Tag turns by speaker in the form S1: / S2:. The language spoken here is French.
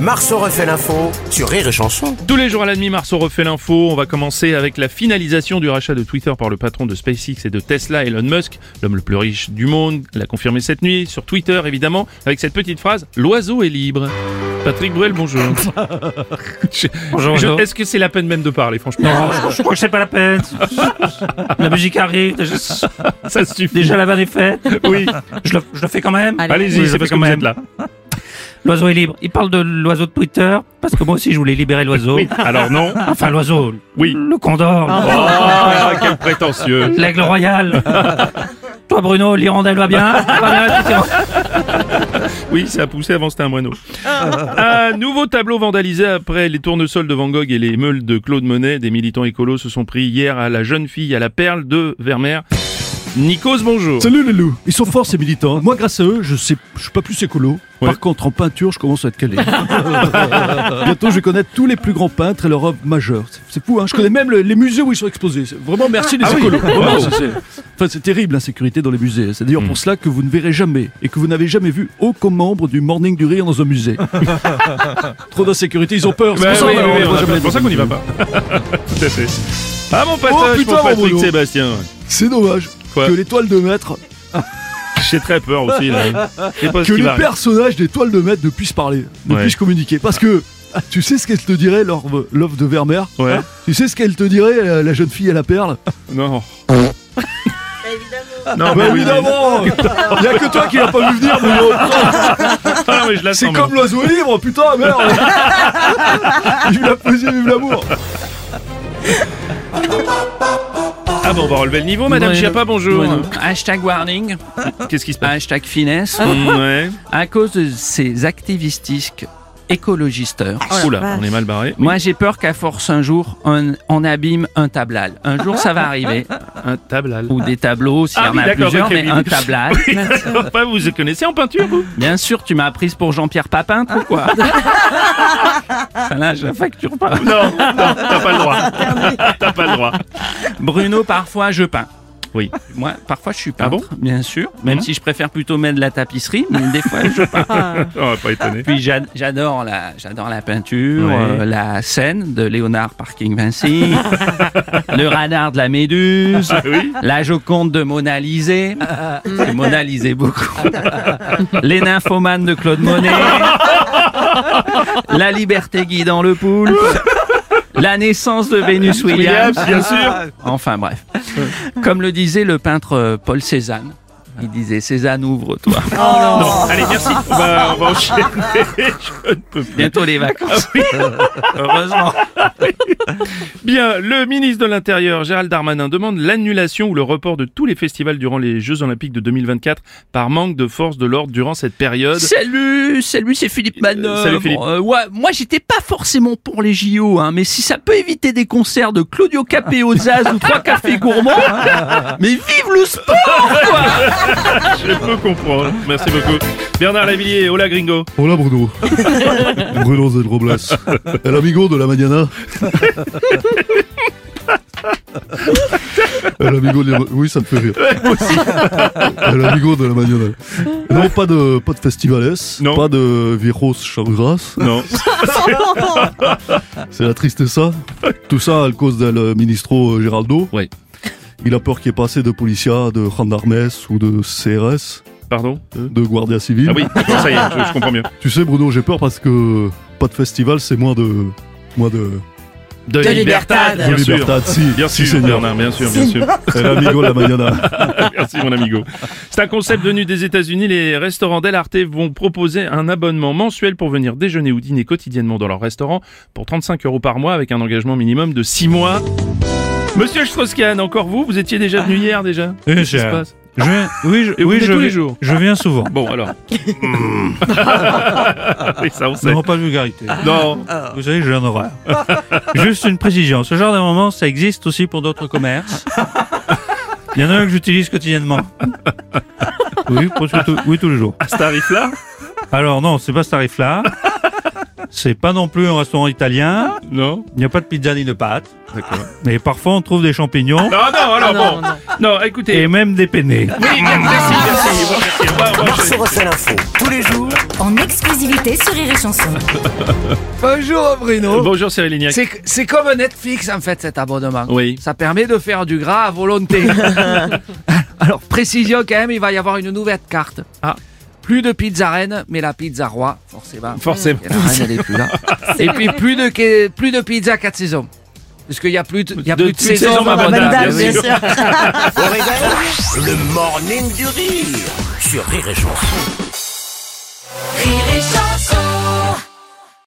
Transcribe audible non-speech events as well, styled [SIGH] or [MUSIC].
S1: Marceau refait l'info sur Rire et Chanson.
S2: Tous les jours à la demi-marceau refait l'info. On va commencer avec la finalisation du rachat de Twitter par le patron de SpaceX et de Tesla, Elon Musk, l'homme le plus riche du monde, l'a confirmé cette nuit sur Twitter évidemment, avec cette petite phrase "L'oiseau est libre". Patrick Bruel, bonjour. Je-
S3: Bonjour,
S2: je-
S3: bonjour.
S2: Est-ce que c'est la peine même de parler, franchement
S3: Non, je, Ah, je crois que c'est pas la peine. La musique arrive, déjà,
S2: [LAUGHS] Ça suffit.
S3: déjà la vanne est faite.
S2: Oui.
S3: Je le, je le fais quand même.
S2: Allez-y, c'est
S3: Oui, je le fais
S2: parce que
S3: quand
S2: vous
S3: même.
S2: êtes là.
S3: L'oiseau est libre. Il parle de l'oiseau de Twitter, parce que moi aussi je voulais libérer l'oiseau.
S2: Oui. Alors non.
S3: Enfin, l'oiseau.
S2: Oui.
S3: Le condor.
S2: Oh, quel prétentieux.
S3: L'aigle royal. Toi, Bruno, l'hirondelle va bien. Va bien, l'hirondelle.
S2: Oui, ça a poussé avant, c'était un moineau.
S4: Ah.
S2: un nouveau tableau vandalisé après les tournesols de Van Gogh et les meules de Claude Monet. Des militants écolos se sont pris hier à la jeune fille à la perle de Vermeer. Nikos, bonjour.
S4: Salut les loups Ils sont forts ces militants. hein. Moi grâce à eux, je sais, je suis pas plus écolo.
S2: Ouais.
S4: Par contre, en peinture, je commence à
S2: [LAUGHS]
S4: être calé. Bientôt, je vais connaître tous les plus grands peintres et leurs œuvres majeures. C'est- C'est fou, hein Je connais même le- les musées où ils sont exposés. C'est- Vraiment, merci les
S2: Ah oui.
S4: écolos. Vraiment,
S2: Bravo.
S4: c'est- c'est- Enfin, c'est terrible l'insécurité dans les musées. hein. C'est d'ailleurs
S2: Hmm.
S4: pour cela que vous ne verrez jamais et que vous n'avez jamais vu aucun membre du Morning du Rire dans
S2: [LAUGHS]
S4: un musée. Trop d'insécurité, ils ont peur. C'est
S2: Bah
S4: pour ça
S2: oui,
S4: qu'on va-
S2: oui,
S4: on
S2: oui,
S4: va
S2: on a-
S4: jamais
S2: c'est pour ça qu'on n'y va pas. [LAUGHS] Tout à fait. Ah mon passage
S4: Oh, putain,
S2: pour
S4: mon
S2: Patrick
S4: boulot.
S2: Sébastien.
S4: C'est dommage
S2: Quoi
S4: que l'étoile de maître,
S2: J'ai très peur aussi là. Je sais pas ce
S4: que
S2: qui
S4: les
S2: va arriver.
S4: personnages des toiles de maître ne puissent parler, ne
S2: Ouais.
S4: puissent communiquer. Parce que ah, tu sais ce qu'elle te dirait, l'or- l'œuvre de Vermeer hein
S2: Ouais. Ah,
S4: Tu sais ce qu'elle te dirait, la, la jeune fille à la perle
S2: Non. Non,
S4: Bah
S2: mais oui,
S4: évidemment Il [LAUGHS] y a que toi qui l'as pas vu venir, mais bon,
S2: mais- Ah, mais je la
S4: c'est
S2: sens,
S4: comme l'oiseau libre, putain,
S2: [LAUGHS]
S4: merde [LAUGHS] Vive la poésie, vive l'amour
S2: moi. Ah bon, on va relever le niveau, Madame
S5: Bruno.
S2: Chiappa, bonjour.
S5: Bruno. Hashtag warning,
S2: Qu'est-ce qui se passe
S5: hashtag finesse.
S3: Ah.
S2: Mm, Ouais.
S5: À cause de ces activistiques
S3: Ah,
S5: écologisteurs,
S2: Oula, on est mal barré.
S5: moi j'ai peur qu'à force un jour on, on abîme un tablal. Un jour ça va
S2: [LAUGHS]
S5: arriver.
S2: Un tablal.
S5: Ou des tableaux, s'il
S2: Ah
S5: y en
S2: oui,
S5: a
S2: d'accord,
S5: plusieurs,
S2: ok,
S5: mais
S2: oui.
S5: un tablal.
S2: [LAUGHS] Enfin, vous vous connaissez en peinture, vous
S5: Bien sûr, tu m'as prise pour Jean-Pierre Papin, ou
S2: [LAUGHS]
S5: quoi Ça, Là, je la facture pas.
S2: Non, non, t'as pas le droit. t'as pas le droit.
S5: Bruno, parfois je peins.
S2: Oui.
S5: Moi, parfois je suis
S2: Ah
S5: peintre, bien sûr, même
S2: Mhm.
S5: si je préfère plutôt mettre de la tapisserie, mais des fois je peins.
S2: On va pas étonner.
S5: Puis j'a- j'adore la, j'adore la peinture,
S2: Ouais.
S5: euh, la scène de Léonard Parking Vinci,
S2: [LAUGHS]
S5: le radar de la Méduse,
S2: Ah oui.
S5: la Joconde de Mona Lisée, J'ai Mona Lisée beaucoup, les nymphomanes de Claude Monet, la liberté guidant le poulpe, la naissance de Vénus Williams.
S2: bien sûr.
S5: Enfin bref. Comme le disait le peintre euh, Paul Cézanne, il disait Cézanne ouvre-toi.
S2: Non, allez, merci. On va, on va enchaîner. [LAUGHS] Je ne peux plus.
S5: Bientôt les vacances.
S2: Ah oui.
S5: Heureusement.
S2: Bien, le ministre de l'Intérieur, Gérald Darmanin, demande l'annulation ou le report de tous les festivals durant les Jeux Olympiques de 2024 par manque de force de l'ordre durant cette période.
S5: Salut, salut, c'est Philippe Manœuvre.
S2: salut, Philippe.
S5: Euh, ouais, moi, j'étais pas forcément pour les JO, hein, mais si ça peut éviter des concerts de Claudio Capé aux Zaz ou trois cafés [LAUGHS] gourmands, mais vive le sport
S2: Je peux comprendre. Merci beaucoup. Bernard Lavillier, hola gringo.
S4: Voilà Bruno Bruno Zed Robles, El amigo de la Mañana El amigo de la... Oui, ça me fait rire. El amigo de la Mañana. Non, pas de, pas de festivales,
S2: Non.
S4: pas de virus chagras.
S2: Non.
S4: C'est la tristesse. Tout ça à cause d'un ministre Géraldo.
S2: Ouais.
S4: Il a peur qu'il n'y ait pas assez de policiers, de gendarmes ou de CRS,
S2: Pardon
S4: de guardia civile.
S2: Ah oui, d'accord, ça y est, je, je comprends mieux.
S4: Tu sais, Bruno, j'ai peur parce que pas de festival, c'est moins de. moins de.
S2: De,
S6: Libertad.
S4: de
S2: Bien sûr.
S4: libertad. Si,
S2: Bien
S4: si,
S2: sûr,
S4: Seigneur.
S2: Bernard, bien sûr, bien sûr.
S4: El amigo la mañana.
S2: [LAUGHS] Merci mon amigo. C'est un concept venu des États-Unis. Les restaurants Del Arte vont proposer un abonnement mensuel pour venir déjeuner ou dîner quotidiennement dans leur restaurant pour 35 euros par mois avec un engagement minimum de 6 mois. Monsieur Strauss-Kahn, encore vous Vous étiez déjà venu hier déjà Qu'est-ce qui se passe
S3: oui,
S2: Et vous venez tous les jours
S3: je viens souvent.
S2: [LAUGHS] Bon
S4: [LAUGHS]
S2: alors. oui, ça on sait.
S3: Non, pas de vulgarité.
S2: Non.
S5: Ah.
S3: Vous savez, j'ai un
S2: [LAUGHS]
S3: horaire. Juste une précision. Ce genre de moment, ça existe aussi pour d'autres commerces. Il y en a un que
S2: [LAUGHS]
S3: j'utilise quotidiennement. Oui, presque tout- oui, tous les jours.
S2: À ce tarif-là
S3: Alors non, c'est pas ce tarif-là. C'est pas non plus un restaurant italien.
S2: Non
S3: Il n'y a pas de pizza ni de pâtes.
S2: D'accord.
S3: Mais parfois, on trouve des champignons
S2: Non, non, alors bon.
S5: Ah, Non,
S2: Non,
S5: non.
S2: écoutez.
S3: et même des penne.
S2: Oui, bien, merci, merci. bon, merci. On va- on va enchaîner.
S1: Marceau refait l'info tous les jours
S7: En exclusivité sur Rire et Chanson.
S5: Bonjour Bruno.
S2: Bonjour Cyril Lignac.
S5: C'est c'est comme Netflix en fait cet abonnement.
S2: Oui.
S5: Ça permet de faire du gras à [LAUGHS] volonté. Alors précision quand même, il va y avoir une nouvelle carte.
S2: Ah.
S5: Plus de pizza reine, mais la pizza roi, forcément.
S2: Forcément.
S5: Et la reine, elle est
S2: [LAUGHS]
S5: plus là. Et puis plus de, que- plus de pizza 4 saisons. Parce qu'il y a plus de, il y a
S2: De-
S5: plus de
S2: plus de
S5: saisons
S2: saisons,
S5: à
S2: madame,
S5: Bonheur.
S2: bien sûr.
S1: au réveil. Le morning du rire sur Rire et Chanson.